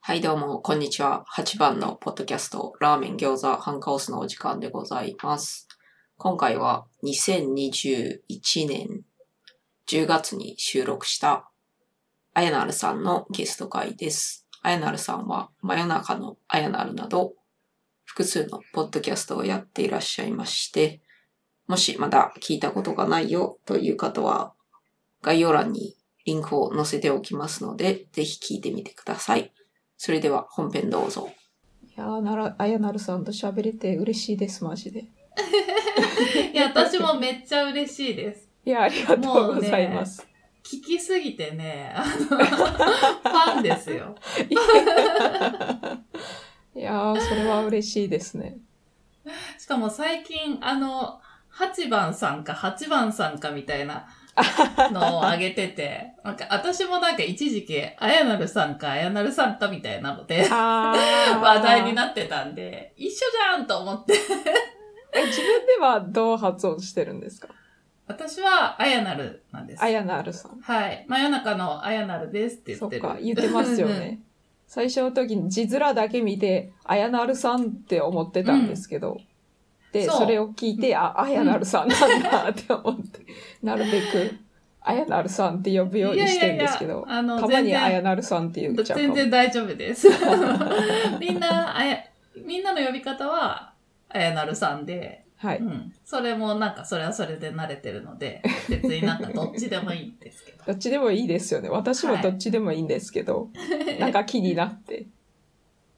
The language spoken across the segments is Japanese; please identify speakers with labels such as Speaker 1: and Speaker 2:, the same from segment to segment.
Speaker 1: はい、どうも、こんにちは。8番のポッドキャスト、ラーメン餃子ハンカオスのお時間でございます。今回は2021年10月に収録した、あやなるさんのゲスト会です。あやなるさんは、真夜中のあやなるなど、複数のポッドキャストをやっていらっしゃいまして、もしまだ聞いたことがないよという方は、概要欄にリンクを載せておきますので、ぜひ聞いてみてください。それでは本編どうぞ。
Speaker 2: いやーなら、あやなるさんと喋れて嬉しいです、マジで。
Speaker 3: いや、私もめっちゃ嬉しいです。
Speaker 2: いや、ありがとうございます。
Speaker 3: 聞きすぎてね、あの、ファンですよ。
Speaker 2: いやー、それは嬉しいです ね。
Speaker 3: しかも最近、あの、8番さんか8番さんかみたいなのを上げてて、なんか私もなんか一時期、あやなるさんかあやなるさんかみたいなので、
Speaker 2: あ
Speaker 3: 話題に
Speaker 2: っ
Speaker 3: なってたんで、一緒じゃんと思って。
Speaker 2: え、自分ではどう発音してるんですか
Speaker 3: 私はあやなるなんです。
Speaker 2: あやなるさん。
Speaker 3: はい。真夜中のあやなるですって言
Speaker 2: そ
Speaker 3: っ
Speaker 2: って
Speaker 3: る。
Speaker 2: か、言ってますよね。最初の時に字面だけ見て、あやなるさんって思ってたんですけど、で、
Speaker 3: そう
Speaker 2: それを聞いて、あ、あやなるさんなんだって思って、なるべく、あやなるさんって呼ぶようにしてるんですけど、
Speaker 3: いやいやいやあの
Speaker 2: たま
Speaker 3: 全
Speaker 2: に
Speaker 3: 然
Speaker 2: あやなるさんって言っちゃうか
Speaker 3: 全
Speaker 2: も。
Speaker 3: 然大丈夫です。 みんな、あや、みんなの呼び方は、あやなるさんで、。
Speaker 2: はいう
Speaker 3: ん。それもなんか、それはそれで慣れてるので、別になんかどっちでもいいんですけど。
Speaker 2: どっちでもいいですよね。私もどっちでもいいんですけど、なんか気になって。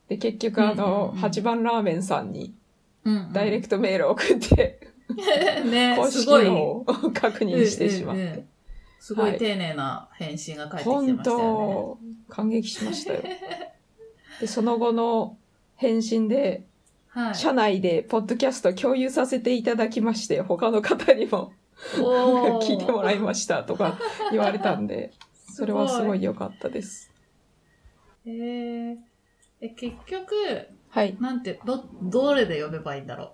Speaker 2: で、結局あ
Speaker 3: うんうん
Speaker 2: の、
Speaker 3: うん
Speaker 2: 八番ラーメンさんに
Speaker 3: うんうん
Speaker 2: ダイレクトメールを送って、
Speaker 3: ね、
Speaker 2: 公
Speaker 3: す
Speaker 2: 式
Speaker 3: ごい。
Speaker 2: のを確認してしまっ
Speaker 3: うんうんう
Speaker 2: て
Speaker 3: ん。すご
Speaker 2: はい
Speaker 3: い丁寧な返信が返ってきて
Speaker 2: 本
Speaker 3: ましたよ
Speaker 2: 当、感激しました よ。で、その後の返信で、
Speaker 3: ね。はい。
Speaker 2: 社内でポッドキャスト共有させていただきまして、他の方にも
Speaker 3: おー
Speaker 2: 聞いてもらいましたとか言われたん で、それはすごい。良かったです。
Speaker 3: えーえ、結局、
Speaker 2: はい。
Speaker 3: なんて、ど、どれで呼べばいいんだろ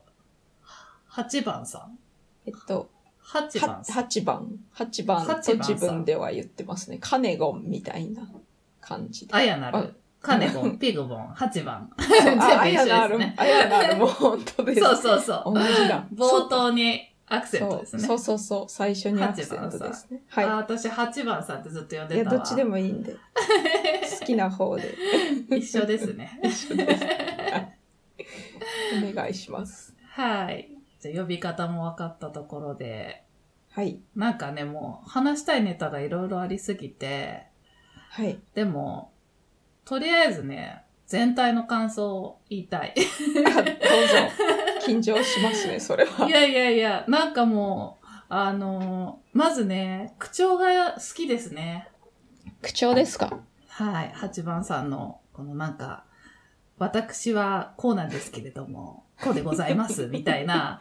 Speaker 3: う。8番さん
Speaker 2: えっと、
Speaker 3: ?8 番さん。
Speaker 2: 8番。8番と
Speaker 3: 八番
Speaker 2: 自
Speaker 3: さん
Speaker 2: 分では言ってますね。カネゴンみたいな感じで。
Speaker 3: あやな
Speaker 2: あ
Speaker 3: る、カネゴン、ピグボン、8番。 全部
Speaker 2: ああ
Speaker 3: 一
Speaker 2: やな
Speaker 3: 緒
Speaker 2: る
Speaker 3: ですね。
Speaker 2: あやなるも本当です。
Speaker 3: そうそうそ
Speaker 2: 同じだ。
Speaker 3: う。冒頭にアクセント
Speaker 2: そう
Speaker 3: です
Speaker 2: そう
Speaker 3: ね。
Speaker 2: そうそうそう。最初にアクセントですね。はい
Speaker 3: あ、私8番さんってずっと呼ん。
Speaker 2: い
Speaker 3: で
Speaker 2: や、
Speaker 3: たわ。
Speaker 2: どっちでもいいんで。好きな方で。
Speaker 3: 一緒ですね。
Speaker 2: 一緒です。はいお願いします。
Speaker 3: はい。じゃあ呼び方も分かったところで、
Speaker 2: はい。
Speaker 3: なんかね、もう話したいネタがいろいろありすぎて、
Speaker 2: はい。
Speaker 3: でも、とりあえずね、全体の感想を言い たい。。
Speaker 2: あどうぞ。緊張しますね、それはい
Speaker 3: やいやいや、なんかもう、あのまずね、口調が好きですね。
Speaker 2: 口調ですか
Speaker 3: はい、8番さんの、このなんか、私はこうなんですけれども、こうでございます、みた いな、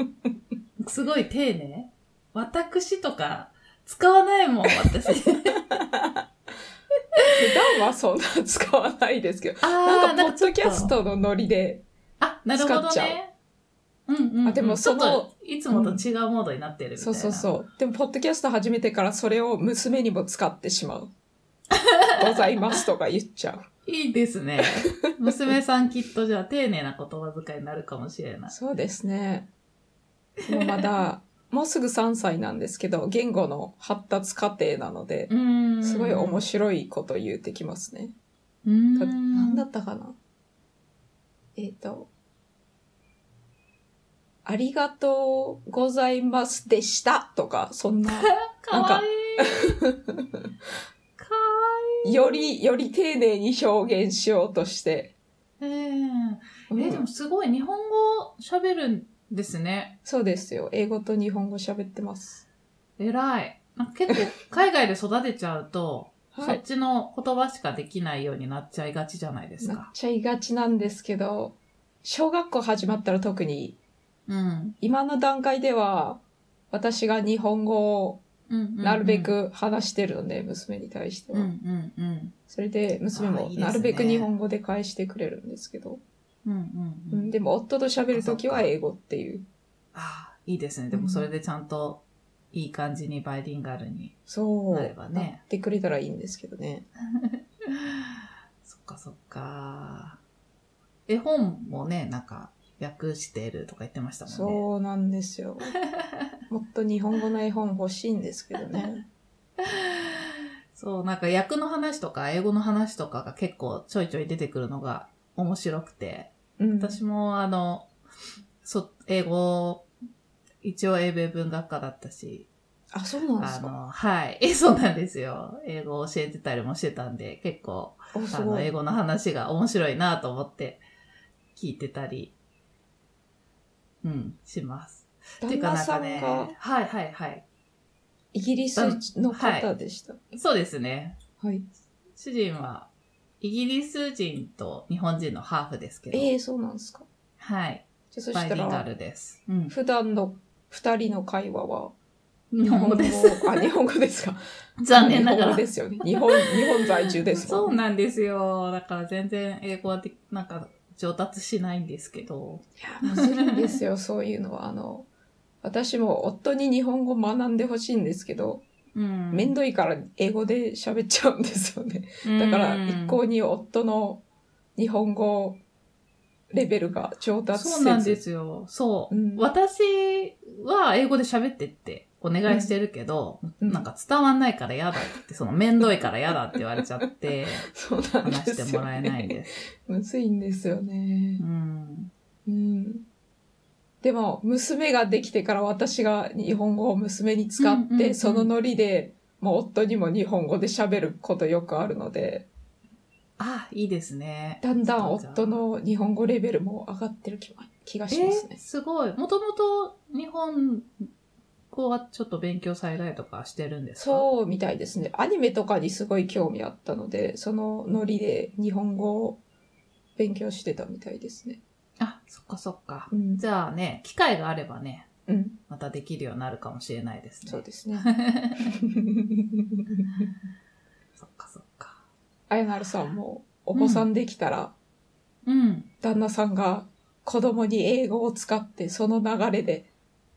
Speaker 3: すごい丁寧。私とか、使わないもん、私。
Speaker 2: 普段はそんな使わないですけど。な
Speaker 3: あー
Speaker 2: んか、ポッドキャス
Speaker 3: ちょっと。
Speaker 2: トのノリで、
Speaker 3: あ、なるほ
Speaker 2: 使
Speaker 3: ど
Speaker 2: っちゃ
Speaker 3: ね。うんうん、うん。
Speaker 2: あでもその
Speaker 3: ちょっといつもと違うモードになってるみたい
Speaker 2: そ
Speaker 3: な。
Speaker 2: うそうそう。でも、ポッドキャスト始めてからそれを娘にも使ってしまう。ございますとか言っちゃう。
Speaker 3: いいです ね。娘さんきっとじゃあ丁寧な言葉遣いになるかもしれない。
Speaker 2: そうですね。もうまだ、もうすぐ3歳なんですけど、言語の発達過程なので、
Speaker 3: うーん。
Speaker 2: すごい面
Speaker 3: 白
Speaker 2: 白いこと言ってきますね。
Speaker 3: い。うーん。
Speaker 2: たなんだったかなえっ、と、ありがとうございますでしたとか、そ んな、
Speaker 3: か
Speaker 2: なんか
Speaker 3: わい い。かわ
Speaker 2: より、より丁寧に表現しようとして。
Speaker 3: いい。ねえ
Speaker 2: うん
Speaker 3: え、でもすごい日本語喋るんですね。
Speaker 2: そうですよ。英語と日本語喋ってます。
Speaker 3: 偉い。なんか結構海外で育てちゃうと、
Speaker 2: は
Speaker 3: そっ
Speaker 2: い。
Speaker 3: ちの言葉しかできないようになっちゃいがちじゃないです
Speaker 2: な
Speaker 3: か
Speaker 2: っ。ちゃいがちなんですけど、小学校始まったら特に、
Speaker 3: うん。
Speaker 2: 今の段階では、私が日本語を
Speaker 3: うんうんうん
Speaker 2: なるべ。く話してるので、娘に対して
Speaker 3: うん
Speaker 2: は。
Speaker 3: うんうん。
Speaker 2: それで、娘
Speaker 3: あ
Speaker 2: も
Speaker 3: ーいいですね
Speaker 2: なるべく日本語で返してくれるんですけど、
Speaker 3: うんう
Speaker 2: うん
Speaker 3: うん
Speaker 2: んでも夫と喋るときは英語っていう。
Speaker 3: ああ、いいですね。でもそれでちゃんといい感じにバイリンガルに。
Speaker 2: そう。
Speaker 3: なればね
Speaker 2: なってくれたらいいんですけどね。
Speaker 3: そっかそっか。絵本もね、なんか、訳してるとか言ってましたもんね。
Speaker 2: そうなんです よ。もっと日本語の絵本欲しいんですけど ね。
Speaker 3: そう、なんか役の話とか英語の話とかが結構ちょいちょい出てくるのが面白くて、
Speaker 2: うん、
Speaker 3: 私もあの、そ、英語、一応英米文学科だったし、
Speaker 2: あ、そうなんで
Speaker 3: あ
Speaker 2: すか。
Speaker 3: の、はい、 え、そうなんですよ。英語を教えてたりもしてたんで、結構、
Speaker 2: お、
Speaker 3: あ
Speaker 2: すご
Speaker 3: の、英
Speaker 2: い。
Speaker 3: 語の話が面白いなと思って聞いてたり、うん、します。ってい
Speaker 2: 旦那
Speaker 3: うかなん
Speaker 2: さ
Speaker 3: か
Speaker 2: ん
Speaker 3: ね
Speaker 2: が、
Speaker 3: はいはいはい。
Speaker 2: イギリスの方でした。
Speaker 3: そうですね。
Speaker 2: はい。
Speaker 3: 主人は、イギリス人と日本人のハーフですけど、
Speaker 2: ええそうなんですか。
Speaker 3: はい。
Speaker 2: じゃあそ
Speaker 3: バ
Speaker 2: し
Speaker 3: イ
Speaker 2: た
Speaker 3: リンガ
Speaker 2: ら、
Speaker 3: ルです。うん。
Speaker 2: 普段の二人の会話は、
Speaker 3: 日本語です。
Speaker 2: 日本語。 あ、日本語ですか。
Speaker 3: 残念なが
Speaker 2: 日本語
Speaker 3: ら。
Speaker 2: ですよね。日本、日本在住です
Speaker 3: そ
Speaker 2: も
Speaker 3: う
Speaker 2: ね。
Speaker 3: んなんですよ。だから全然英語はでなんか上達しないんですけど。
Speaker 2: いや、むずいんですよ、そういうのは。あの、私も夫に日本語学んでほしいんですけど、
Speaker 3: うん
Speaker 2: めんどいから英語で喋っちゃうんですよね。だから、一向に夫の日本語レベルが上達せず。
Speaker 3: そうなんですよ。そう。
Speaker 2: うん
Speaker 3: 私は英語で喋ってってお願いしてるけど、
Speaker 2: うん
Speaker 3: なんか伝わんないから嫌だって、そのめんどいから嫌だって言われち ゃって、
Speaker 2: そうなんですよ、
Speaker 3: 話
Speaker 2: ね。
Speaker 3: してもらえないです。
Speaker 2: むずいんですよね
Speaker 3: う。ん。
Speaker 2: うん。でも、娘ができてから私が日本語を娘に使
Speaker 3: うん
Speaker 2: っ
Speaker 3: うんう
Speaker 2: て、
Speaker 3: ん
Speaker 2: そのノリで、もう夫にも日本語で喋ることよくあるので、
Speaker 3: あ、いいですね。
Speaker 2: だんだん
Speaker 3: そうじゃ
Speaker 2: 夫の日本語レベルも上がってる気が気がします
Speaker 3: えー
Speaker 2: ね。
Speaker 3: すごい。もともと日本語はちょっと勉強されたりとかしてるんですか
Speaker 2: そうみたいですね。アニメとかにすごい興味あったので、そのノリで日本語を勉強してたみたいですね。
Speaker 3: あ、そっかそっか。
Speaker 2: うん。
Speaker 3: じゃあね、機会があればね、
Speaker 2: うん。
Speaker 3: またできるようになるかもしれないですね。
Speaker 2: そうですね。
Speaker 3: そっかそっか。
Speaker 2: あやなるさんもお子さんできたら、
Speaker 3: うん。
Speaker 2: 旦那さんが子供に英語を使ってその流れで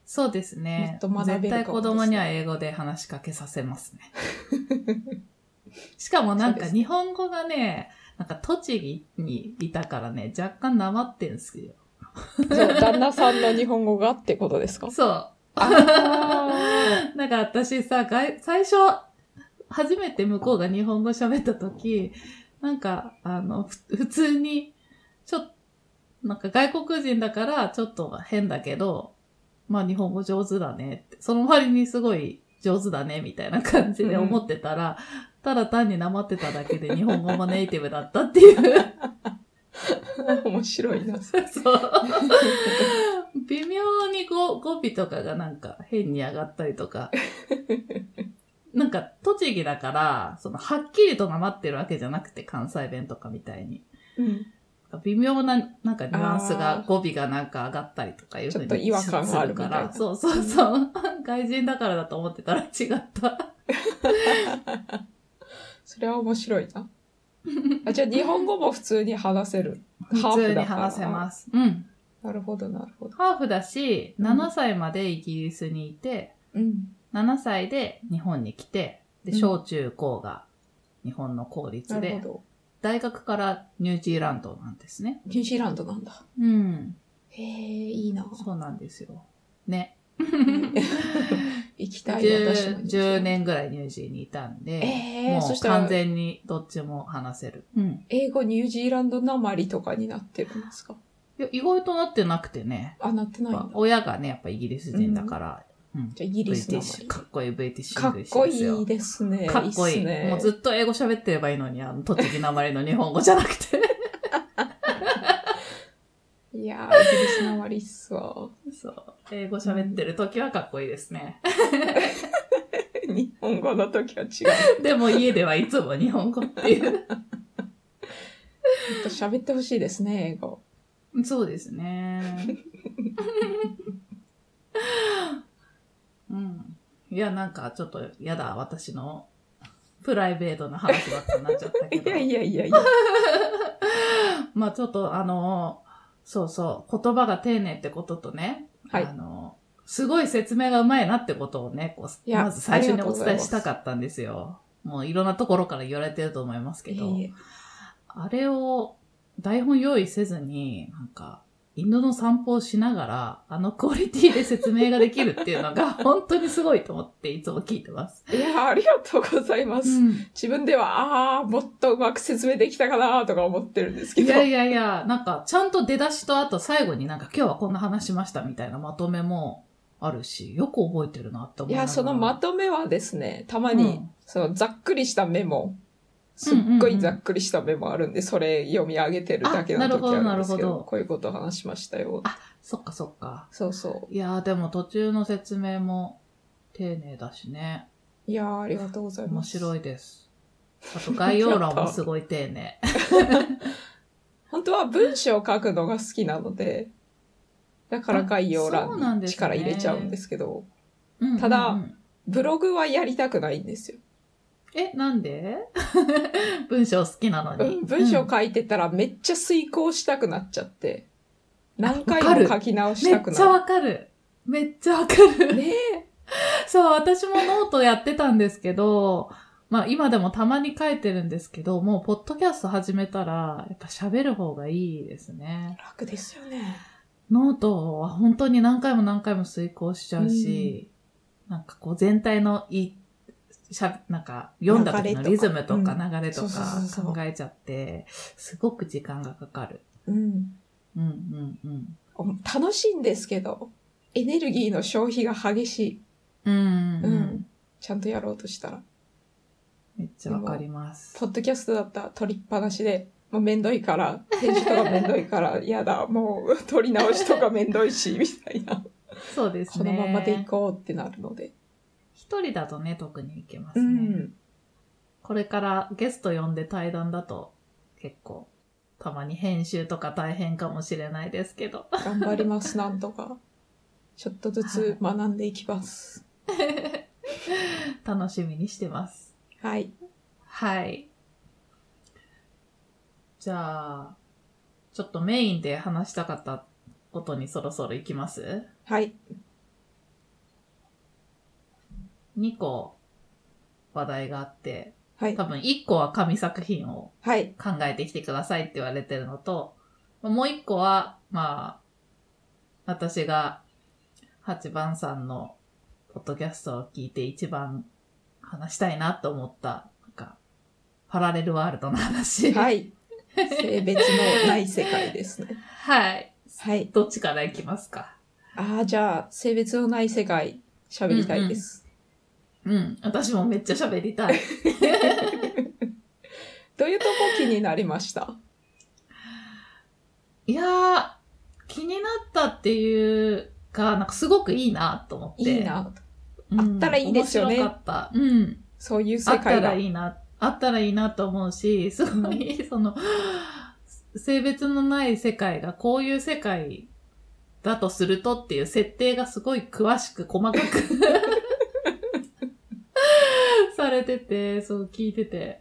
Speaker 3: そうです
Speaker 2: も
Speaker 3: ね
Speaker 2: っ。と学べるかも
Speaker 3: 絶対子供には英語で話しかけさせますね。しかもなん
Speaker 2: そうで
Speaker 3: か
Speaker 2: すね
Speaker 3: 日本語がね、なんか栃木にいたからね、若干なまってんすよ。
Speaker 2: そう旦那さんの日本語がってことですか
Speaker 3: そう。
Speaker 2: あ
Speaker 3: なんか私さ、外最初、初めて向こうが日本語喋った時、なんか、あの、ふ普通に、ちょっなんか外国人だからちょっと変だけど、まあ日本語上手だねって、その割にすごい上手だねみたいな感じで思ってたら、ただ単になまってただけで日本語もネイティブだったっていう。
Speaker 2: ー 面白いな。
Speaker 3: そう。微妙に語語尾とかがなんか変に上がったり とか。なんか栃木だから、そのはっきりとなまってるわけじゃなくて関西弁とかみたいに。
Speaker 2: うん
Speaker 3: 微妙な、なんかニュアンス
Speaker 2: あ
Speaker 3: が、
Speaker 2: ー
Speaker 3: 語尾がなんか上がったりとかいうふうに
Speaker 2: ちょっと違和感があるみたいな
Speaker 3: すから。そうそうそう。 外人だからだと思ってたら違った。
Speaker 2: それは面白いな。あじゃあ日本語も普通に話せ る。ハー
Speaker 3: 普
Speaker 2: フ
Speaker 3: 通に
Speaker 2: だから
Speaker 3: 話せます。うん。
Speaker 2: なるほど、なるほど。
Speaker 3: ハーフだし、
Speaker 2: うん
Speaker 3: 7歳までイギリスにいて、
Speaker 2: うん。
Speaker 3: 7歳で日本に来て、で、
Speaker 2: うん
Speaker 3: 小中高が日本の公立
Speaker 2: なるほ
Speaker 3: で、
Speaker 2: ど。
Speaker 3: 大学からニュージーランドなんですね。
Speaker 2: ニュージーランドなんだ。
Speaker 3: うん。
Speaker 2: へえ、いいな。
Speaker 3: そうなんですよ。ね。
Speaker 2: 行きたい私もニ
Speaker 3: 10,
Speaker 2: ュージーランド
Speaker 3: 10年ぐらいニュージーにいたんで、
Speaker 2: えー
Speaker 3: も
Speaker 2: そし
Speaker 3: う
Speaker 2: たら
Speaker 3: 完全にどっちも話せる。うん。
Speaker 2: 英語ニュージーランドなまりとかになってるんですか
Speaker 3: いや意外となってなくてね。
Speaker 2: あ、なってないん
Speaker 3: や
Speaker 2: だ
Speaker 3: っぱ。親がね、やっぱイギリス人だから、
Speaker 2: じゃあイギ
Speaker 3: ブ
Speaker 2: リ
Speaker 3: リ
Speaker 2: ス
Speaker 3: ティ
Speaker 2: な
Speaker 3: ッ
Speaker 2: ま
Speaker 3: シュ、
Speaker 2: り。
Speaker 3: かっこいいブリティッシュ・
Speaker 2: かっ
Speaker 3: イングリッシュ
Speaker 2: こ
Speaker 3: ですよ。
Speaker 2: いいですね。
Speaker 3: かっこいい。
Speaker 2: っすね
Speaker 3: もうずっと英語喋ってればいいのに、あの、栃木なまりの日本語じゃなくて。
Speaker 2: いやー、イギリスなまりっすわ。
Speaker 3: そう。英語喋ってる時はかっこいいですね。
Speaker 2: 日本語の時は違う。ち
Speaker 3: でも家ではいつも日本語っ ていう。
Speaker 2: ょっと喋ってほしいですね、英語。
Speaker 3: そうですね。 うん。いや、なんかちょっとやだ、私のプライベートな話ばっかになっちゃったけ
Speaker 2: い
Speaker 3: ど。
Speaker 2: やいやいやいや。
Speaker 3: まあちょっとあの、そうそう、言葉が丁寧ってこととね、
Speaker 2: はい
Speaker 3: あの、すごい説明がうまいなってことをね、こう
Speaker 2: いや
Speaker 3: まず最初
Speaker 2: あり
Speaker 3: に
Speaker 2: がとうご
Speaker 3: お
Speaker 2: ざい
Speaker 3: 伝
Speaker 2: ま
Speaker 3: え
Speaker 2: す
Speaker 3: したかったんですよ。もういろんなところから言われてると思いますけ
Speaker 2: い
Speaker 3: ど。
Speaker 2: やいや
Speaker 3: あれを台本用意せずに、なんか、犬の散歩をしながら、あのクオリティで説明ができるっていう のが、本当にすごいと思って、いつも聞いてます。
Speaker 2: いや、ありがとうございます。自分では、ああー、もっとうまく説明できたかなとか思ってるんですけ
Speaker 3: い
Speaker 2: ど。
Speaker 3: やいやいや、なんか、ちゃんと出だしと、あと最後になんか、今日はこんな話しましたみたいなまとめもあるし、よく覚えてるなって思
Speaker 2: い
Speaker 3: い
Speaker 2: や、
Speaker 3: ながら
Speaker 2: そのまとめはですね、たまに、
Speaker 3: うん
Speaker 2: そのざっくりしたメモ、すっごいざっくりしたメモあるんで、それ読み上げてるだけの時あるんですけ
Speaker 3: あなるほどなる
Speaker 2: ど、
Speaker 3: ほど
Speaker 2: こういうこと話しましたよ。
Speaker 3: そっかそっか。
Speaker 2: そうそ
Speaker 3: いやー、でも途中の説明も丁寧だしね。
Speaker 2: う。いやー、ありがとうござい
Speaker 3: 面
Speaker 2: ます。
Speaker 3: 白い です。あと概要欄もすごい丁寧。
Speaker 2: 本当は文章を書くのが好きなので、だから概要
Speaker 3: あそうな
Speaker 2: 欄
Speaker 3: ん
Speaker 2: に
Speaker 3: ですね
Speaker 2: 力入れちゃうんですけど、
Speaker 3: うんうんうん
Speaker 2: ただブログはやりたくないんですよ。
Speaker 3: え、なんで 文章好きなの
Speaker 2: う
Speaker 3: に。
Speaker 2: ん文章
Speaker 3: うん
Speaker 2: 書いてたらめっちゃ遂行したくなっちゃって、何回
Speaker 3: わか
Speaker 2: も
Speaker 3: る
Speaker 2: 書き直し
Speaker 3: め
Speaker 2: たく
Speaker 3: っちゃ
Speaker 2: な
Speaker 3: わかる。めっちゃわかる。
Speaker 2: る。ねえ。
Speaker 3: そう、私もノートやってたんですけど、まあ今でもたまに書いてるんですけど、もうポッドキャスト始めたら、やっぱ喋る方がいいですね。
Speaker 2: 楽ですよね。
Speaker 3: ノートは本当に何回も何回も遂行しちゃうし、なんかこう全体のいい、しゃなんか読んだ時の
Speaker 2: 流れ
Speaker 3: リ
Speaker 2: とか
Speaker 3: ズムとか
Speaker 2: うん
Speaker 3: 流れと
Speaker 2: そうそうそうそう
Speaker 3: か考えちゃって、すごく時間がかかる。
Speaker 2: うん。
Speaker 3: うんうんうん。
Speaker 2: お楽しいんですけど、エネルギーの消費が激しい。
Speaker 3: うん、う
Speaker 2: うんん。ちゃんとやろうとしたら。
Speaker 3: めっちゃわかります。
Speaker 2: ポッドキャストだったら撮りっぱなしで、もうめんどいから、編集とかめんどいから、 やだ、もう撮り直しとかめんどいし、 みたいな。
Speaker 3: そうです
Speaker 2: こ
Speaker 3: ね。
Speaker 2: のままでいこうってなるので。
Speaker 3: 一人だとね、特にいけます
Speaker 2: う
Speaker 3: ね。
Speaker 2: ん。
Speaker 3: これからゲスト呼んで対談だと結構たまに編集とか大変かもしれないですけど。
Speaker 2: 頑張ります、なんとか。ちょっとずつ学んでいきます。
Speaker 3: 楽しみにしてます。
Speaker 2: はい。
Speaker 3: はい。じゃあ、ちょっとメインで話したかったことにそろそろ行きます
Speaker 2: はい。
Speaker 3: ?2 個話題があって、
Speaker 2: はい
Speaker 3: 多。分1個は紙作品を
Speaker 2: はい。
Speaker 3: 考えてきてくださいって言われてるのと、もう一個は、まあ、私が八番さんのポッドキャストを聞いて一番話したいなと思った、なんか、パラレルワールドの話。。
Speaker 2: はいい。性別のない世界です ね。
Speaker 3: はい。
Speaker 2: はい。
Speaker 3: どっちからいきますか
Speaker 2: ああ、じゃあ、性別のない世界、喋りたいです。
Speaker 3: うん。私もめっちゃ喋り たい。
Speaker 2: どういうとこ気になりました
Speaker 3: いやー、気になったっていうか、なんかすごくいいなと思って。
Speaker 2: いいな。
Speaker 3: うん。
Speaker 2: あったらいいですよね
Speaker 3: 面白かった。うん。
Speaker 2: そういう
Speaker 3: あ
Speaker 2: 世
Speaker 3: った
Speaker 2: 界
Speaker 3: ら
Speaker 2: が。
Speaker 3: いいな、あったらいいなと思うし、すごい、その、性別のない世界がこういう世界だとするとっていう設定がすごい詳しく細 かくされてて、そう聞いてて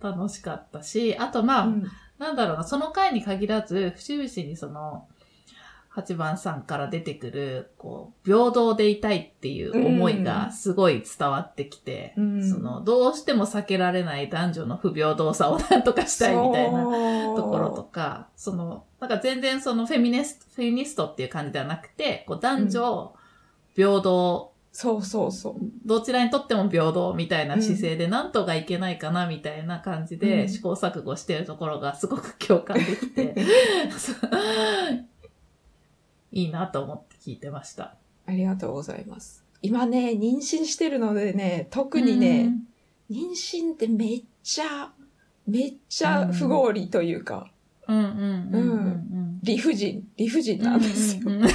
Speaker 3: 楽しかったし、あとまあ、
Speaker 2: うん
Speaker 3: なんだろうな、その回に限らず、節々にその、8番さんから出てくる、こう、平等でいたいっていう思いがすごい伝わってきて、
Speaker 2: うん
Speaker 3: その、どうしても避けられない男女の不平等さをなんとかしたいみたいな
Speaker 2: そう
Speaker 3: ところとか、その、なんか全然そのフェミニスト、フェミニストっていう感じではなくて、こう、男女平等、
Speaker 2: そうそうそう。
Speaker 3: どちらにとっても平等みたいな姿勢で、なんとかいけないかなみたいな感じ
Speaker 2: うん
Speaker 3: で試行錯誤してるところがすごく共感でき て、そういいなと思って聞いてました。
Speaker 2: ありがとうございます。今ね、妊娠してるのでね、特にね、妊娠ってめっちゃ、めっちゃ不合理というか、
Speaker 3: うん、うんうんうんうん
Speaker 2: 理不尽、理不尽
Speaker 3: うん。
Speaker 2: なんですよ。
Speaker 3: うん うんうん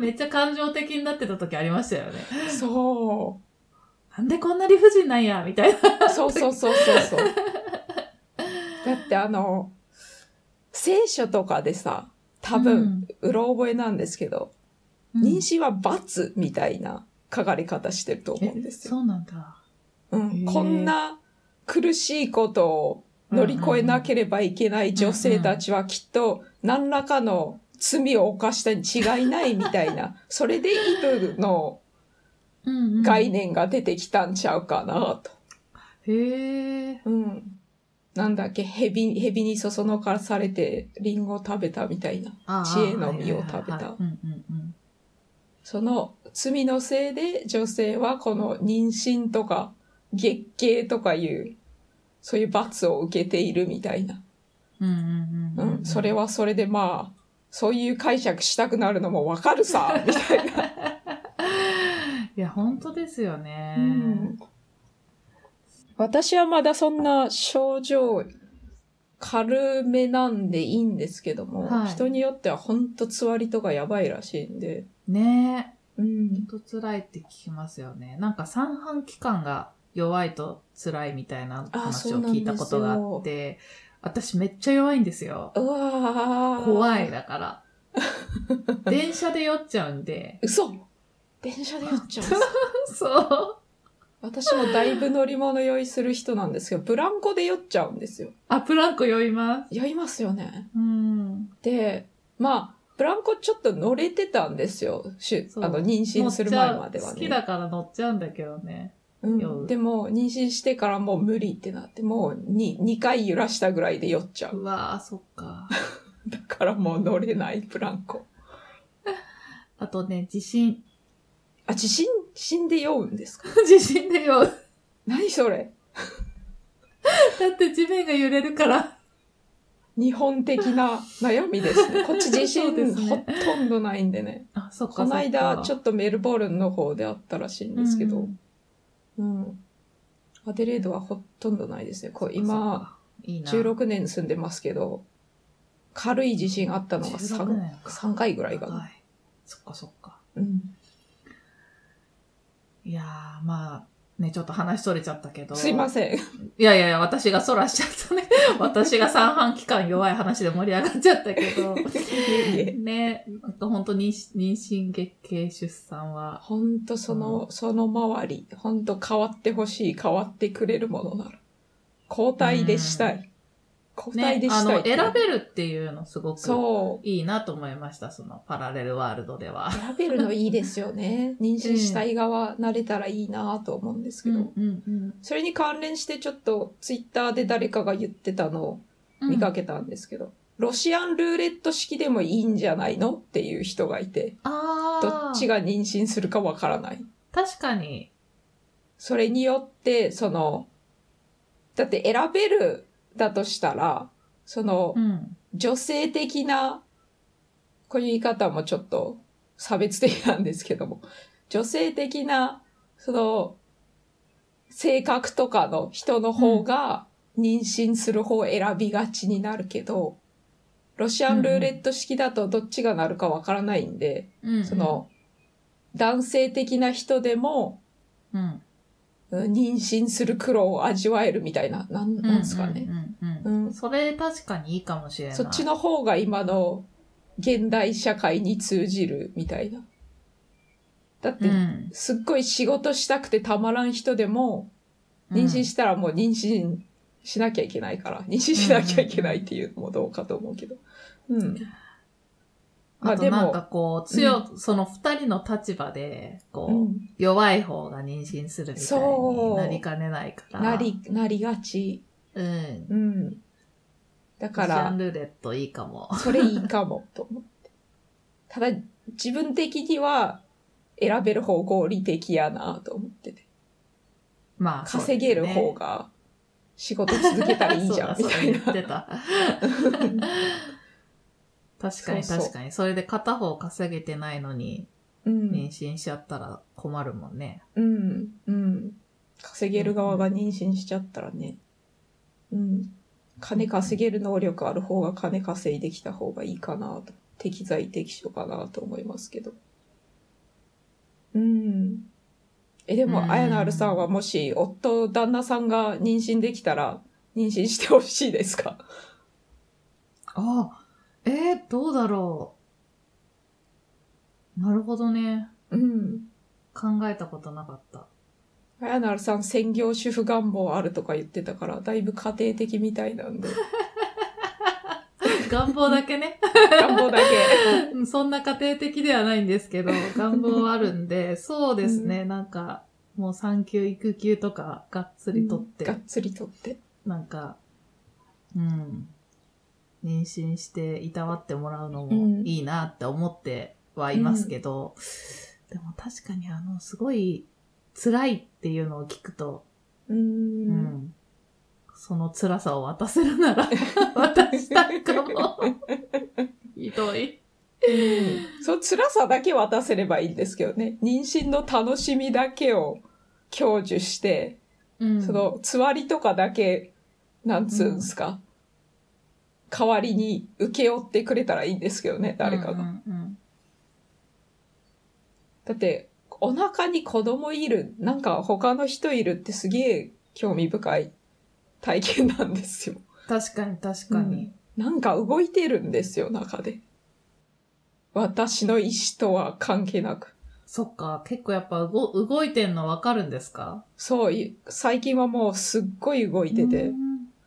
Speaker 3: めっちゃ感情的になってた時ありましたよね。
Speaker 2: そう。
Speaker 3: なんでこんな理不尽なんやみたいな。
Speaker 2: そうそうそうそうそう。だってあの、聖書とかでさ、多分、うろ覚えなんですけど、
Speaker 3: うん、
Speaker 2: 妊娠は罰みたいな書かれ方してると思うんですよ。
Speaker 3: そうなんだ。
Speaker 2: うん、
Speaker 3: へえ
Speaker 2: こんな苦しいことを乗り越えなければいけない女性たちはきっと何らかの罪を犯したに違いないみたいな、それでイブの
Speaker 3: うんうん、
Speaker 2: 概念が出てきたんちゃうかなと。
Speaker 3: へえ。
Speaker 2: うん。なんだっけ、蛇に、蛇にそそのかされて、リンゴを食べたみたいな。
Speaker 3: あー
Speaker 2: 知恵の実を食べた
Speaker 3: はいはいはいうんうんうん
Speaker 2: その罪のせいで女性はこの妊娠とか月経とかいう、そういう罰を受けているみたいな。
Speaker 3: うんう
Speaker 2: う
Speaker 3: んうんうん
Speaker 2: ん、それはそれでまあ、そういう解釈したくなるのもわかるさ、みたいな。
Speaker 3: いや本当ですよね、
Speaker 2: 私はまだそんな症状軽めなんでいいんですけども、
Speaker 3: はい
Speaker 2: 人によってはほんとつわりとかやばいらしいんで、
Speaker 3: ねえ
Speaker 2: うん、
Speaker 3: 本当辛いって聞きますよねなんか三半規管が弱いと辛いみたいな
Speaker 2: あ
Speaker 3: 話
Speaker 2: そう
Speaker 3: を
Speaker 2: なんですよ
Speaker 3: 聞いたことがあって私めっちゃ弱いんですよ
Speaker 2: うわー
Speaker 3: 怖いだ から電車で酔っちゃうんで
Speaker 2: 嘘電車でやっちゃ うんです
Speaker 3: そう
Speaker 2: 私もだいぶ乗り物酔いする人なんですけど、ブランコで酔っちゃうんですよ。
Speaker 3: あブランコ酔います
Speaker 2: 酔いますよね。
Speaker 3: うん
Speaker 2: で、まあ、ブランコちょっと乗れてたんですよ。し
Speaker 3: そう
Speaker 2: あの、妊娠する前までは
Speaker 3: 乗っちゃう好
Speaker 2: ね
Speaker 3: き。だから乗っちゃうんだけどね
Speaker 2: うん、でも、妊娠してからもう無理ってなって、もう 2, 2回揺らしたぐらいで酔っちゃう。
Speaker 3: うわーそっか
Speaker 2: だからもう乗れない、ブランコ。
Speaker 3: あとね地震
Speaker 2: あ、地震、地震で酔うんですか
Speaker 3: 地震で酔う
Speaker 2: 何それ
Speaker 3: だって地面が揺れるから
Speaker 2: 日本的な悩みです ね。こっち地
Speaker 3: そうで
Speaker 2: 震、
Speaker 3: すね
Speaker 2: ほとんどないんでね。
Speaker 3: あそっか
Speaker 2: この間、ちょ
Speaker 3: っ
Speaker 2: っとメルボルンの方であったらしいんですけど、うん、アデレードはほとんどないですね。こう今、
Speaker 3: いいな
Speaker 2: 16年住んでますけど、軽い地震あったのが 3, 3回ぐらいかな。
Speaker 3: はい、そっかそっか
Speaker 2: うん
Speaker 3: いやーまあねちょっと話それちゃったけど
Speaker 2: すいま
Speaker 3: ん
Speaker 2: せん。
Speaker 3: いやいやいや私がそらしちゃっ たね私が三半規管弱い話で盛り上がっちゃったけどねほんと本当に妊娠月経出産は
Speaker 2: 本当その、その周り、本当変わってほしい、変わってくれるものなら。交代でしたい。交代
Speaker 3: ね
Speaker 2: で
Speaker 3: あ
Speaker 2: したい
Speaker 3: の
Speaker 2: っていう、
Speaker 3: 選べるっていうのすごく
Speaker 2: そう。
Speaker 3: いいなと思いましたそのパラレルワールドでは。
Speaker 2: 選べるのいいですよね。妊娠したい側、なれたらいいなと思うんですけど。
Speaker 3: んうん
Speaker 2: それに関連してちょっとツイッターで誰かが言ってたのを見かけたんですけど、ロシアンルーレット式でもいいんじゃないのっていう人がいて、
Speaker 3: あ
Speaker 2: どっち
Speaker 3: が
Speaker 2: が妊娠するかわからない。
Speaker 3: 確かに。
Speaker 2: それによって、その、だって選べるだとしたら、その
Speaker 3: う、ん。
Speaker 2: 女性的な、こういう言い方もちょっと差別的なんですけども、女性的な、その、性格とかの人の方が、妊娠する方を選びがちになるけど、ロシアンルーレット式だとどっちがなるかわからないんで、
Speaker 3: うん
Speaker 2: そ、の、男性的な人でも、
Speaker 3: うん。
Speaker 2: 妊娠する苦労を味わえるみたいな、なんなんですかね。
Speaker 3: うんうん
Speaker 2: う
Speaker 3: うんん。それ確かにいいかもしれない。
Speaker 2: そっちの方が今の現代社会に通じるみたいな。だって、
Speaker 3: うん。
Speaker 2: すっごい仕事したくてたまらん人でも、妊娠したらもう妊娠しなきゃいけないから、妊娠しなきゃいけないっていうのもどうかと思うけど。うん。まあ
Speaker 3: あと
Speaker 2: でも
Speaker 3: なんかこう、強、その二人の立場で、
Speaker 2: う
Speaker 3: こう、
Speaker 2: ん、
Speaker 3: 弱い方が妊娠するみたい
Speaker 2: そう
Speaker 3: になりかねないから。
Speaker 2: なり、なりがち。
Speaker 3: うん。
Speaker 2: うん。だか
Speaker 3: ロシャ
Speaker 2: ら
Speaker 3: ン、ルーレットいいかも。
Speaker 2: それいいかも、と思って。ただ、自分的には選べる方合理的やなと思ってて。
Speaker 3: まあ、
Speaker 2: 稼げる方
Speaker 3: が
Speaker 2: が仕事続けたらいいじゃん、みたいな。
Speaker 3: そうだそうだ言ってた。確かに
Speaker 2: そうそう
Speaker 3: 確かに。それで片方稼げてないのに、
Speaker 2: うん
Speaker 3: 妊。娠しちゃったら困るもんね。
Speaker 2: うん。うん。稼げる側が妊娠しちゃったらね。うん。金稼げる能力ある方が金稼いできた方がいいかなと。適材適所かなと思いますけど。うん。え、で
Speaker 3: うん
Speaker 2: も、あやなるさんはもし、夫、旦那さんが妊娠できたら、妊娠してほしいですか
Speaker 3: あ、えー、どうだろう。なるほどね。
Speaker 2: うん。
Speaker 3: 考えたことなかった。
Speaker 2: あやなるさん、専業主婦願望あるとか言ってたから、だいぶ家庭的みたいなん で。
Speaker 3: 願望だけね。
Speaker 2: 願望だけ。
Speaker 3: うんそんな家庭的ではないんですけど、願望はあるんで、そうですね。なんか、もう産休、育休とか、がっつり取って、
Speaker 2: がっつりとって。
Speaker 3: なんか、うん。妊娠していたわってもらうの
Speaker 2: う
Speaker 3: も
Speaker 2: ん
Speaker 3: いいなって思ってはいますけど、でも確かにあの、すごい辛いっていうのを聞くと、
Speaker 2: う。
Speaker 3: うんんその辛さを渡せるなら渡したいかも。 ひどい。
Speaker 2: そう辛さだけ渡せればいいんですけどね妊娠の楽しみだけを享受して、
Speaker 3: うん
Speaker 2: そのつわりとかだけなんつうんすか、代わりに請け負ってくれたらいいんですけどね誰かが。
Speaker 3: うんうん
Speaker 2: だってお腹に子供いるなんか他の人いるってすげえ興味深い体験なんですよ。
Speaker 3: 確かに確かに。
Speaker 2: なんか動いてるんですよ中で。私の意思とは関係なく。
Speaker 3: そっか、結構やっぱ動動いてんのわかるんですか
Speaker 2: そう、い最近はもうすっごい動いてて
Speaker 3: う。ーん。
Speaker 2: う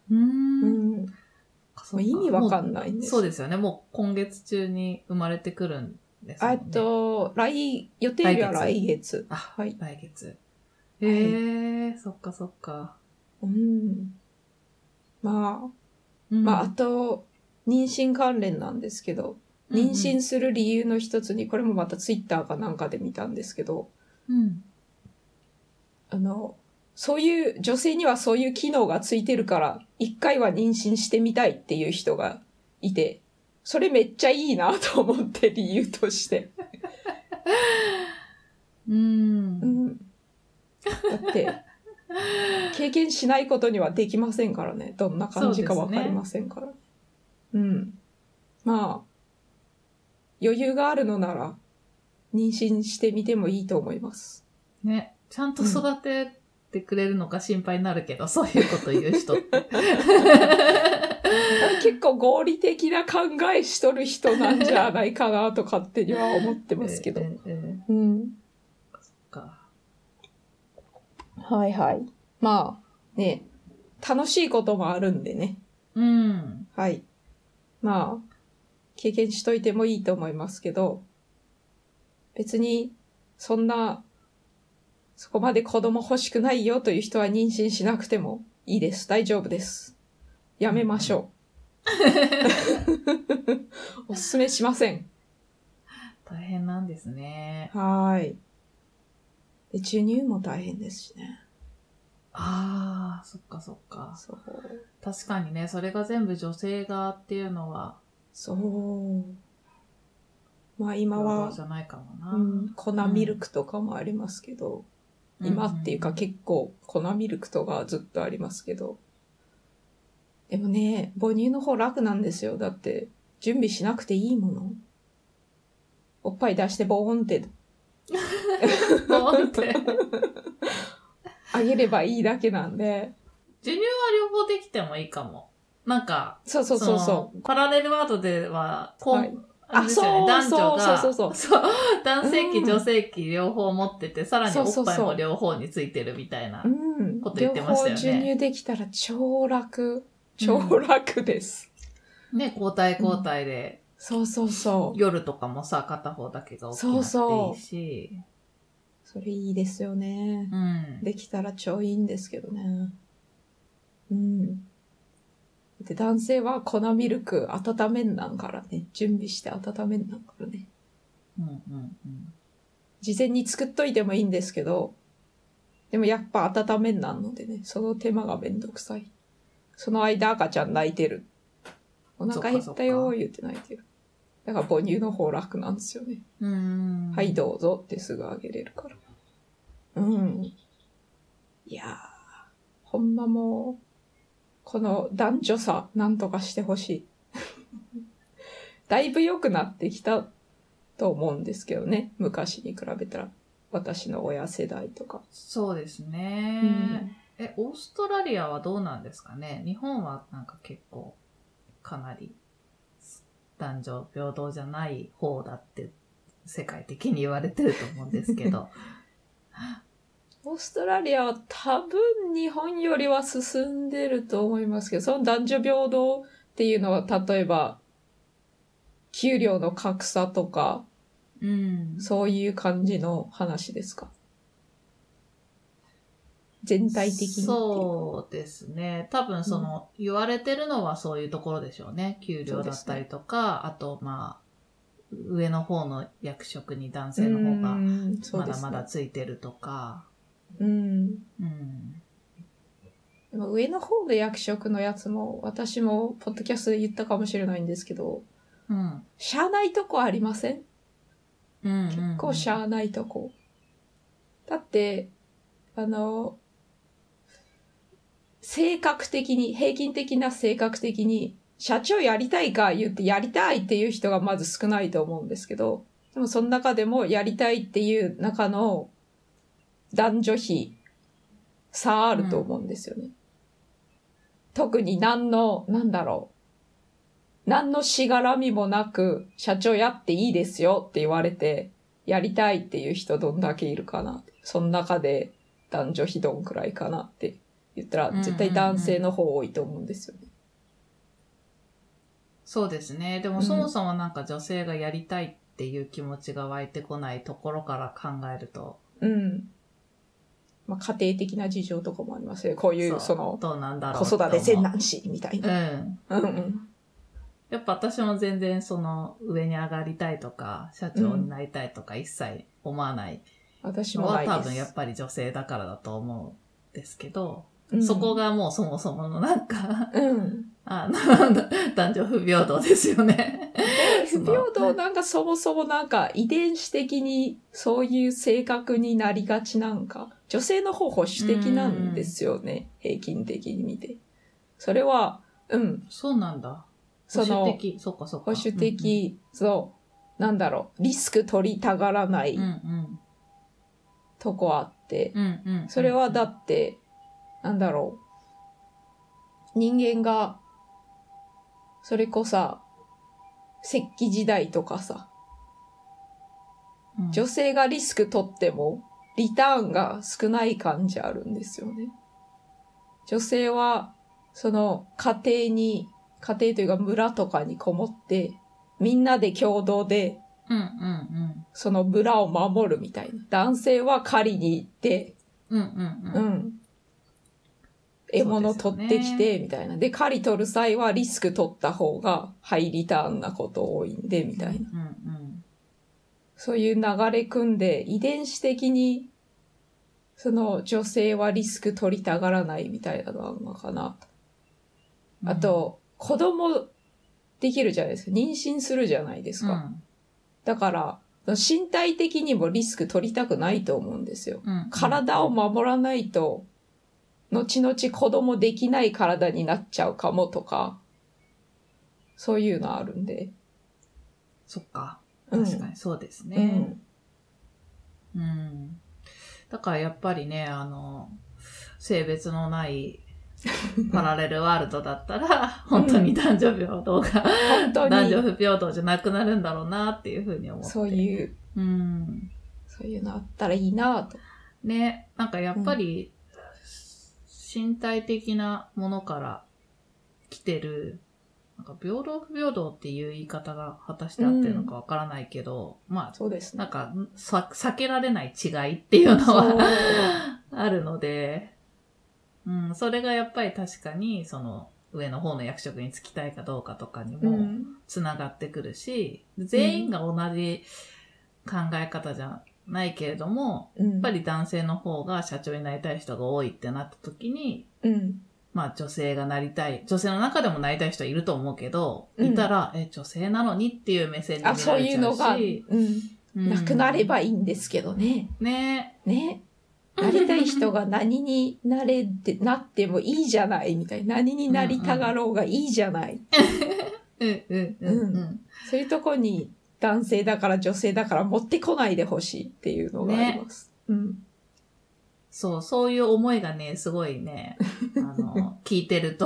Speaker 3: うん
Speaker 2: ん。もう意味わかんないんです。
Speaker 3: そうですよね。もう今月中に生まれてくるんですもん
Speaker 2: え
Speaker 3: ね。
Speaker 2: っと、来、予定日は来月。
Speaker 3: あ、
Speaker 2: はい。
Speaker 3: 来月。へえ、そっかそっか。
Speaker 2: うん。まあ、
Speaker 3: うん
Speaker 2: まあ、あと、妊娠関連なんですけど、妊娠、する理由の一つに、これもまたツイッターかなんかで見たんですけど、
Speaker 3: うんうん
Speaker 2: あの、そういう、女性にはそういう機能がついてるから、一回は妊娠してみたいっていう人がいて、それめっちゃいいなと思って理由として。
Speaker 3: うん。
Speaker 2: う
Speaker 3: うん。
Speaker 2: ん。だ って、経験しないことにはできませんからね。どんな感じかわかりませんから。うん。まあ、余裕があるのなら、妊娠してみてもいいと思います。
Speaker 3: ね。ちゃんと育ててくれるのか心配になるけど、そういうこと言う人 って。
Speaker 2: 結構合理的な考えしとる人なんじゃないかなと勝手には思ってますけど
Speaker 3: え。えええ
Speaker 2: うん。
Speaker 3: か。
Speaker 2: はいはい。まあ、ね、楽しいこともあるんでね。
Speaker 3: うん。
Speaker 2: はい。まあ、経験しといてもいいと思いますけど、別に、そんな、そこまで子供欲しくないよという人は妊娠しなくてもいいです。大丈夫です。やめまし ょう。おすすめしません。
Speaker 3: 大変なんですね。
Speaker 2: はーい。で授乳も大変ですしね。
Speaker 3: ああ、そっかそっか。
Speaker 2: そう。
Speaker 3: 確かにね、それが全部女性がっていうのは、
Speaker 2: そう。まあ今
Speaker 3: 平
Speaker 2: は
Speaker 3: 等じ、ゃないかもな。
Speaker 2: うん、粉ミルクとかもありますけど、今っていうか結構粉ミルクとかずっとありますけど。でもね、母乳の方楽なんですよ。だって、準備しなくていいもの。おっぱい出してボーンって
Speaker 3: 構。って
Speaker 2: あげればいいだけなんで。
Speaker 3: 授乳は両方できてもいいかも。なんか、
Speaker 2: そうそうそうそう。
Speaker 3: う。パラレルワードでは、こう、
Speaker 2: はい
Speaker 3: あれですよね、
Speaker 2: あそ
Speaker 3: 男
Speaker 2: う
Speaker 3: 女が、
Speaker 2: そうそう
Speaker 3: そう男性
Speaker 2: う
Speaker 3: 器、
Speaker 2: ん
Speaker 3: 女性器両方持ってて、さらに
Speaker 2: そう
Speaker 3: お
Speaker 2: そう
Speaker 3: っ
Speaker 2: そう
Speaker 3: ぱいも両方についてるみたいな。
Speaker 2: うん
Speaker 3: こと。言っ
Speaker 2: 両
Speaker 3: てまし
Speaker 2: 方
Speaker 3: たよね
Speaker 2: 授乳できたら超楽。超楽です。
Speaker 3: ね、交代交代で、
Speaker 2: そうそうそう。
Speaker 3: 夜とかもさ、片方だけが大きくなっていいし。
Speaker 2: それいいですよね。
Speaker 3: うん。
Speaker 2: できたら超いいんですけどね。うん。で、男性は粉ミルク温めんなんからね。準備して温めんなんからね。
Speaker 3: うんうんうん。
Speaker 2: 事前に作っといてもいいんですけど、でもやっぱ温めんなんのでね、その手間がめんどくさい。その間赤ちゃん泣いてる。お
Speaker 3: そっか
Speaker 2: 腹減った
Speaker 3: そっ
Speaker 2: よ
Speaker 3: か
Speaker 2: ー言って泣いてる。だから母乳の方楽なんですよね。
Speaker 3: うーん
Speaker 2: はい、どうぞってすぐあげれるから。うん。いやー、ほんまもう、この男女差、なんとかしてほしい。だいぶ良くなってきたと思うんですけどね。昔に比べたら。私の親世代とか。
Speaker 3: そうです
Speaker 2: う
Speaker 3: ね、
Speaker 2: ん
Speaker 3: え、オーストラリアはどうなんですかね日本はなんか結構、かなり、男女平等じゃない方だって、世界的に言われてると思うんですけ ど。
Speaker 2: オーストラリアは多分日本よりは進んでると思いますけど、その男女平等っていうのは例えば、給料の格差とか、
Speaker 3: うん。
Speaker 2: そういう感じの話ですか。全体的にっていうか
Speaker 3: そうですね。多分その、言われてるのはそういうところでしょうね。給料だったりとか、あとまあ、上の方の役職に男性の方
Speaker 2: う
Speaker 3: が
Speaker 2: んそう
Speaker 3: ま
Speaker 2: で
Speaker 3: だ
Speaker 2: すね
Speaker 3: まだついてるとか。
Speaker 2: うん
Speaker 3: うん。
Speaker 2: でも上の方の役職のやつも私もポッドキャストで言ったかもしれないんですけど
Speaker 3: うん。
Speaker 2: しゃあないとこありません
Speaker 3: うん。
Speaker 2: 結構し
Speaker 3: うん
Speaker 2: ゃあないとこ、だってあの性格的に平均的な性格的に社長やりたいか言ってやりたいっていう人がまず少ないと思うんですけどでもその中でもやりたいっていう中の男女比差あると思うんですよね、特に何の何だろう何のしがらみもなく社長やっていいですよって言われてやりたいっていう人どんだけいるかなその中で男女比どんくらいかなって言ったら
Speaker 3: うんうんうん
Speaker 2: 絶対男性の方多いと思うんですよね。
Speaker 3: そうですね。でもそもそもなんか女性がやりたいっていう気持ちが湧いてこないところから考えると、
Speaker 2: うん。まあ家庭的な事情とかもありますね。こういうその
Speaker 3: どうなんだろう
Speaker 2: 子育て
Speaker 3: せ
Speaker 2: 戦難しみたいうな。
Speaker 3: ん。
Speaker 2: うんうん。
Speaker 3: やっぱ私も全然その上に上がりたいとか、社長になりたいとか一切思わない
Speaker 2: 私
Speaker 3: の
Speaker 2: もな
Speaker 3: は多
Speaker 2: いで
Speaker 3: 分やっ
Speaker 2: す。
Speaker 3: ぱり女性だからだと思うんですけど、
Speaker 2: うん
Speaker 3: そこ。がもうそもそものなんか、
Speaker 2: うん。
Speaker 3: あの、 男女不平等です よね。そ
Speaker 2: 不
Speaker 3: の
Speaker 2: 平等なんかそもそもなんか遺伝子的にそういう性格になりがちなんか、女性の方保守的なんですよね。平均的に見て。それは、うん。
Speaker 3: そうなんだ。
Speaker 2: そ
Speaker 3: 保
Speaker 2: の
Speaker 3: 守的。そっかそっか。
Speaker 2: 保守的、そう、なんだろう、リスク取りたがらない
Speaker 3: うんうん。
Speaker 2: とこあって、
Speaker 3: うんうん。うんうん。
Speaker 2: それはだって、なんだろう、人間が、それこさ、石器時代とかさ、
Speaker 3: うん、
Speaker 2: 女性がリスク取っても、リターンが少ない感じあるんですよね。女性は、その、家庭に、家庭というか村とかにこもって、みんなで共同で
Speaker 3: うんうん
Speaker 2: その村を守るみたいな。男性は狩りに行って、
Speaker 3: うん。うんうん
Speaker 2: う
Speaker 3: うん。
Speaker 2: ん。獲物
Speaker 3: そう
Speaker 2: 取
Speaker 3: で
Speaker 2: っ
Speaker 3: すよね
Speaker 2: てきて、みたいな。で、狩り取る際はリスク取った方がハイリターンなこと多いんで、みたいな。
Speaker 3: うんうん。
Speaker 2: そういう流れ組んで、遺伝子的に、その女性はリスク取りたがらないみたいなのはあるのかな。
Speaker 3: うん
Speaker 2: あ、と、子供できるじゃないですか。妊娠するじゃないですか。だから、身体的にもリスク取りたくないと思うんですよ。
Speaker 3: うん、うん
Speaker 2: 体を守らないと、後々子供できない体になっちゃうかもとか、そういうのあるんで。
Speaker 3: そっか。
Speaker 2: うん
Speaker 3: 確かにそうです
Speaker 2: う
Speaker 3: ね。
Speaker 2: ん。
Speaker 3: うん。だからやっぱりね、あの、性別のない パラレルワールドだったら、本当に男女平等が、
Speaker 2: 本当
Speaker 3: 男女
Speaker 2: に、
Speaker 3: 不平等じゃなくなるんだろうなっていうふうに思って。
Speaker 2: そう
Speaker 3: う。
Speaker 2: いう、
Speaker 3: うん。
Speaker 2: そういうのあったらいいなぁと。
Speaker 3: ね、なんかやっぱり、身体的なものから来てる、なんか平等不平等っていう言い方が果たして合ってるのかわからないけど、ま
Speaker 2: そうです
Speaker 3: あ、
Speaker 2: ね
Speaker 3: なん。かさ、避けられない違いっていうの
Speaker 2: そう
Speaker 3: はあるので、うん、それがやっぱり確かに、その、上の方の役職に就きたいかどうかとかに
Speaker 2: う
Speaker 3: も、
Speaker 2: ん。
Speaker 3: つながってくるし、全員が同じ考え方じゃないけれども、
Speaker 2: や
Speaker 3: やっぱ
Speaker 2: り、
Speaker 3: り男性の方が社長になりたい人が多いってなった時に、
Speaker 2: うん。
Speaker 3: まあ女性がなりたい、女性の中でもなりたい人はいると思うけど、
Speaker 2: うん
Speaker 3: いたら、え、女性なのにっていう目線に見ら
Speaker 2: あ、
Speaker 3: れち
Speaker 2: そ
Speaker 3: ゃう
Speaker 2: う
Speaker 3: し。
Speaker 2: いうのが、うん。
Speaker 3: うん
Speaker 2: なくなれ。ばいいんですけどね。
Speaker 3: ね
Speaker 2: ね。なりたい人が何になれって、なってもいいじゃないみたいな。何になりたがろうがいいじゃない。
Speaker 3: うんうんうんうん。
Speaker 2: そういうとこに男性だから女性だから持ってこないでほしいっていうのがあります。 うん。
Speaker 3: そう、そういう思いがね、すごいね、あの、 聞いてると、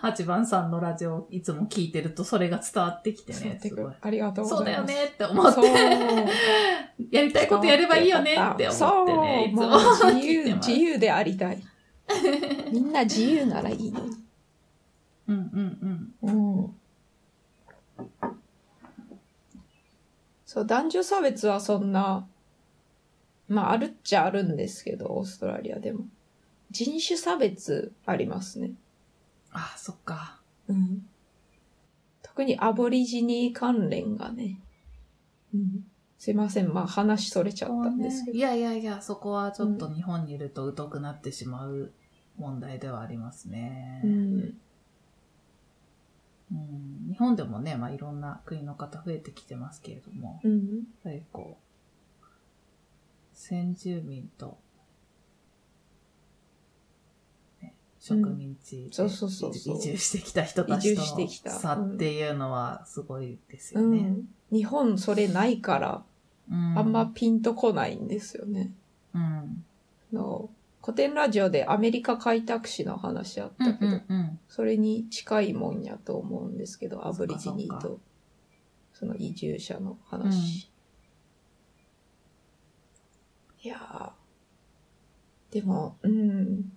Speaker 3: 八番さんのラジオいつも聞いてるとそれが伝わってきて
Speaker 2: そうや
Speaker 3: ね
Speaker 2: っ、て
Speaker 3: す
Speaker 2: く
Speaker 3: ごい
Speaker 2: る。。ありがとうご
Speaker 3: そう
Speaker 2: ざ
Speaker 3: だ
Speaker 2: い
Speaker 3: よ
Speaker 2: ます。
Speaker 3: ねって思って、 やりたいことやればいいよねって思ってね、いつ
Speaker 2: そう
Speaker 3: も
Speaker 2: もう
Speaker 3: 聞い
Speaker 2: 自由
Speaker 3: て、ます
Speaker 2: 自由でありたい。 みんな自由ならいいのに。
Speaker 3: うんうんうん。
Speaker 2: うん。そう、男女差別はそんな、まあ、あるっちゃあるんですけど、オーストラリアでも。人種差別ありますね。
Speaker 3: ああ、そっか。
Speaker 2: うん。特にアボリジニー関連がね。うん。すいません。まあ、話それちゃったんですけど。
Speaker 3: いやいやいや、そこはちょっと日本にいると疎くなってしまう問題ではありますね。
Speaker 2: うん。
Speaker 3: うん日本でもね、まあ、いろんな国の方増えてきてますけれども、やっ
Speaker 2: うん。
Speaker 3: ぱりこう、先住民と、ね、植民地で
Speaker 2: そうそうそう
Speaker 3: 移
Speaker 2: そう
Speaker 3: 移住してきた人た
Speaker 2: 移
Speaker 3: ち
Speaker 2: 住
Speaker 3: と
Speaker 2: してきた
Speaker 3: の差っていうのはすごいですよ
Speaker 2: う
Speaker 3: ね。
Speaker 2: ん。日本それないから、
Speaker 3: うん
Speaker 2: あんま、ピンとこないんですよね。
Speaker 3: うん。
Speaker 2: あの古典ラジオでアメリカ開拓史の話あっ
Speaker 3: うん
Speaker 2: たけど、
Speaker 3: うんうん
Speaker 2: それに近いもんやと思うんですけど、アブリジニー
Speaker 3: そ
Speaker 2: と、その移住者の話。いやーでも、うん。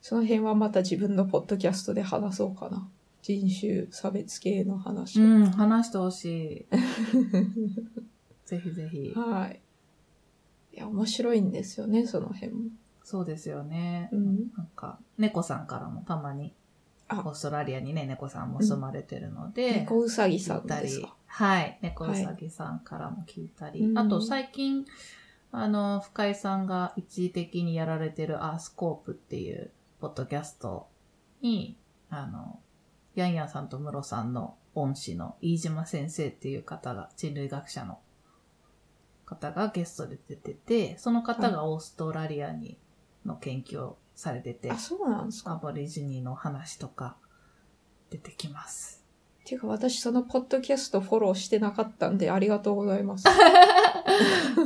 Speaker 2: その辺はまた自分のポッドキャストで話そうかな。人種差別系の話を。
Speaker 3: うん、話してほしい。 ぜひぜひ。
Speaker 2: はい。いや、面白いんですよね、その辺も。
Speaker 3: そうですよね。
Speaker 2: うん
Speaker 3: なんか、猫さんからもたまに、オ
Speaker 2: あ
Speaker 3: ーストラリアにね、猫さんも住まれてるので、
Speaker 2: 猫うさぎ
Speaker 3: 聞
Speaker 2: さん
Speaker 3: いた
Speaker 2: です
Speaker 3: り
Speaker 2: か。、
Speaker 3: はい、猫うさぎさんからも聞いたり、
Speaker 2: うん
Speaker 3: あと最近、あの、深井さんが一時的にやられてるアースコープっていう、ポッドキャストに、あの、ヤンヤンさんとムロさんの恩師の飯島先生っていう方が、人類学者の方がゲストで出てて、その方がオーストラリアにの研究をされてて、
Speaker 2: あ、そうなんです
Speaker 3: ア
Speaker 2: か。
Speaker 3: ボリジニの話とか出てきます。
Speaker 2: ていうか、私そのポッドキャストフォローしてなかったんで、ありがとうござい ます。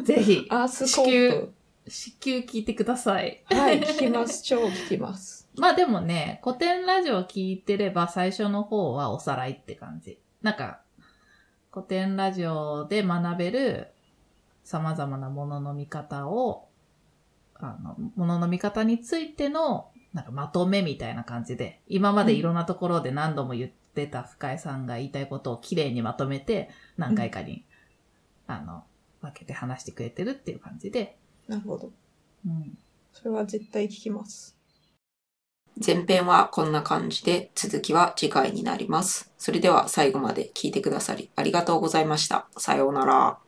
Speaker 3: ぜひ、
Speaker 2: アースコー
Speaker 3: 至急聞いてください。
Speaker 2: プ。はい、聞きます。超聞きます。
Speaker 3: まあでもね、古典ラジオ聞いてれば最初の方はおさらいって感じ。なんか、古典ラジオで学べる様々なものの見方を、あの、ものの見方についての、なんかまとめみたいな感じで、今までいろんなところで何度も言ってた深井さんが言いたいことをきれいにまとめて、何回かに、あの、分けて話してくれてるっていう感じで、
Speaker 2: なるほど。
Speaker 3: うん。
Speaker 2: それは絶対聞きます。
Speaker 1: 前編はこんな感じで、続きは次回になります。それでは最後まで聞いてくださりありがとうございました。さようなら。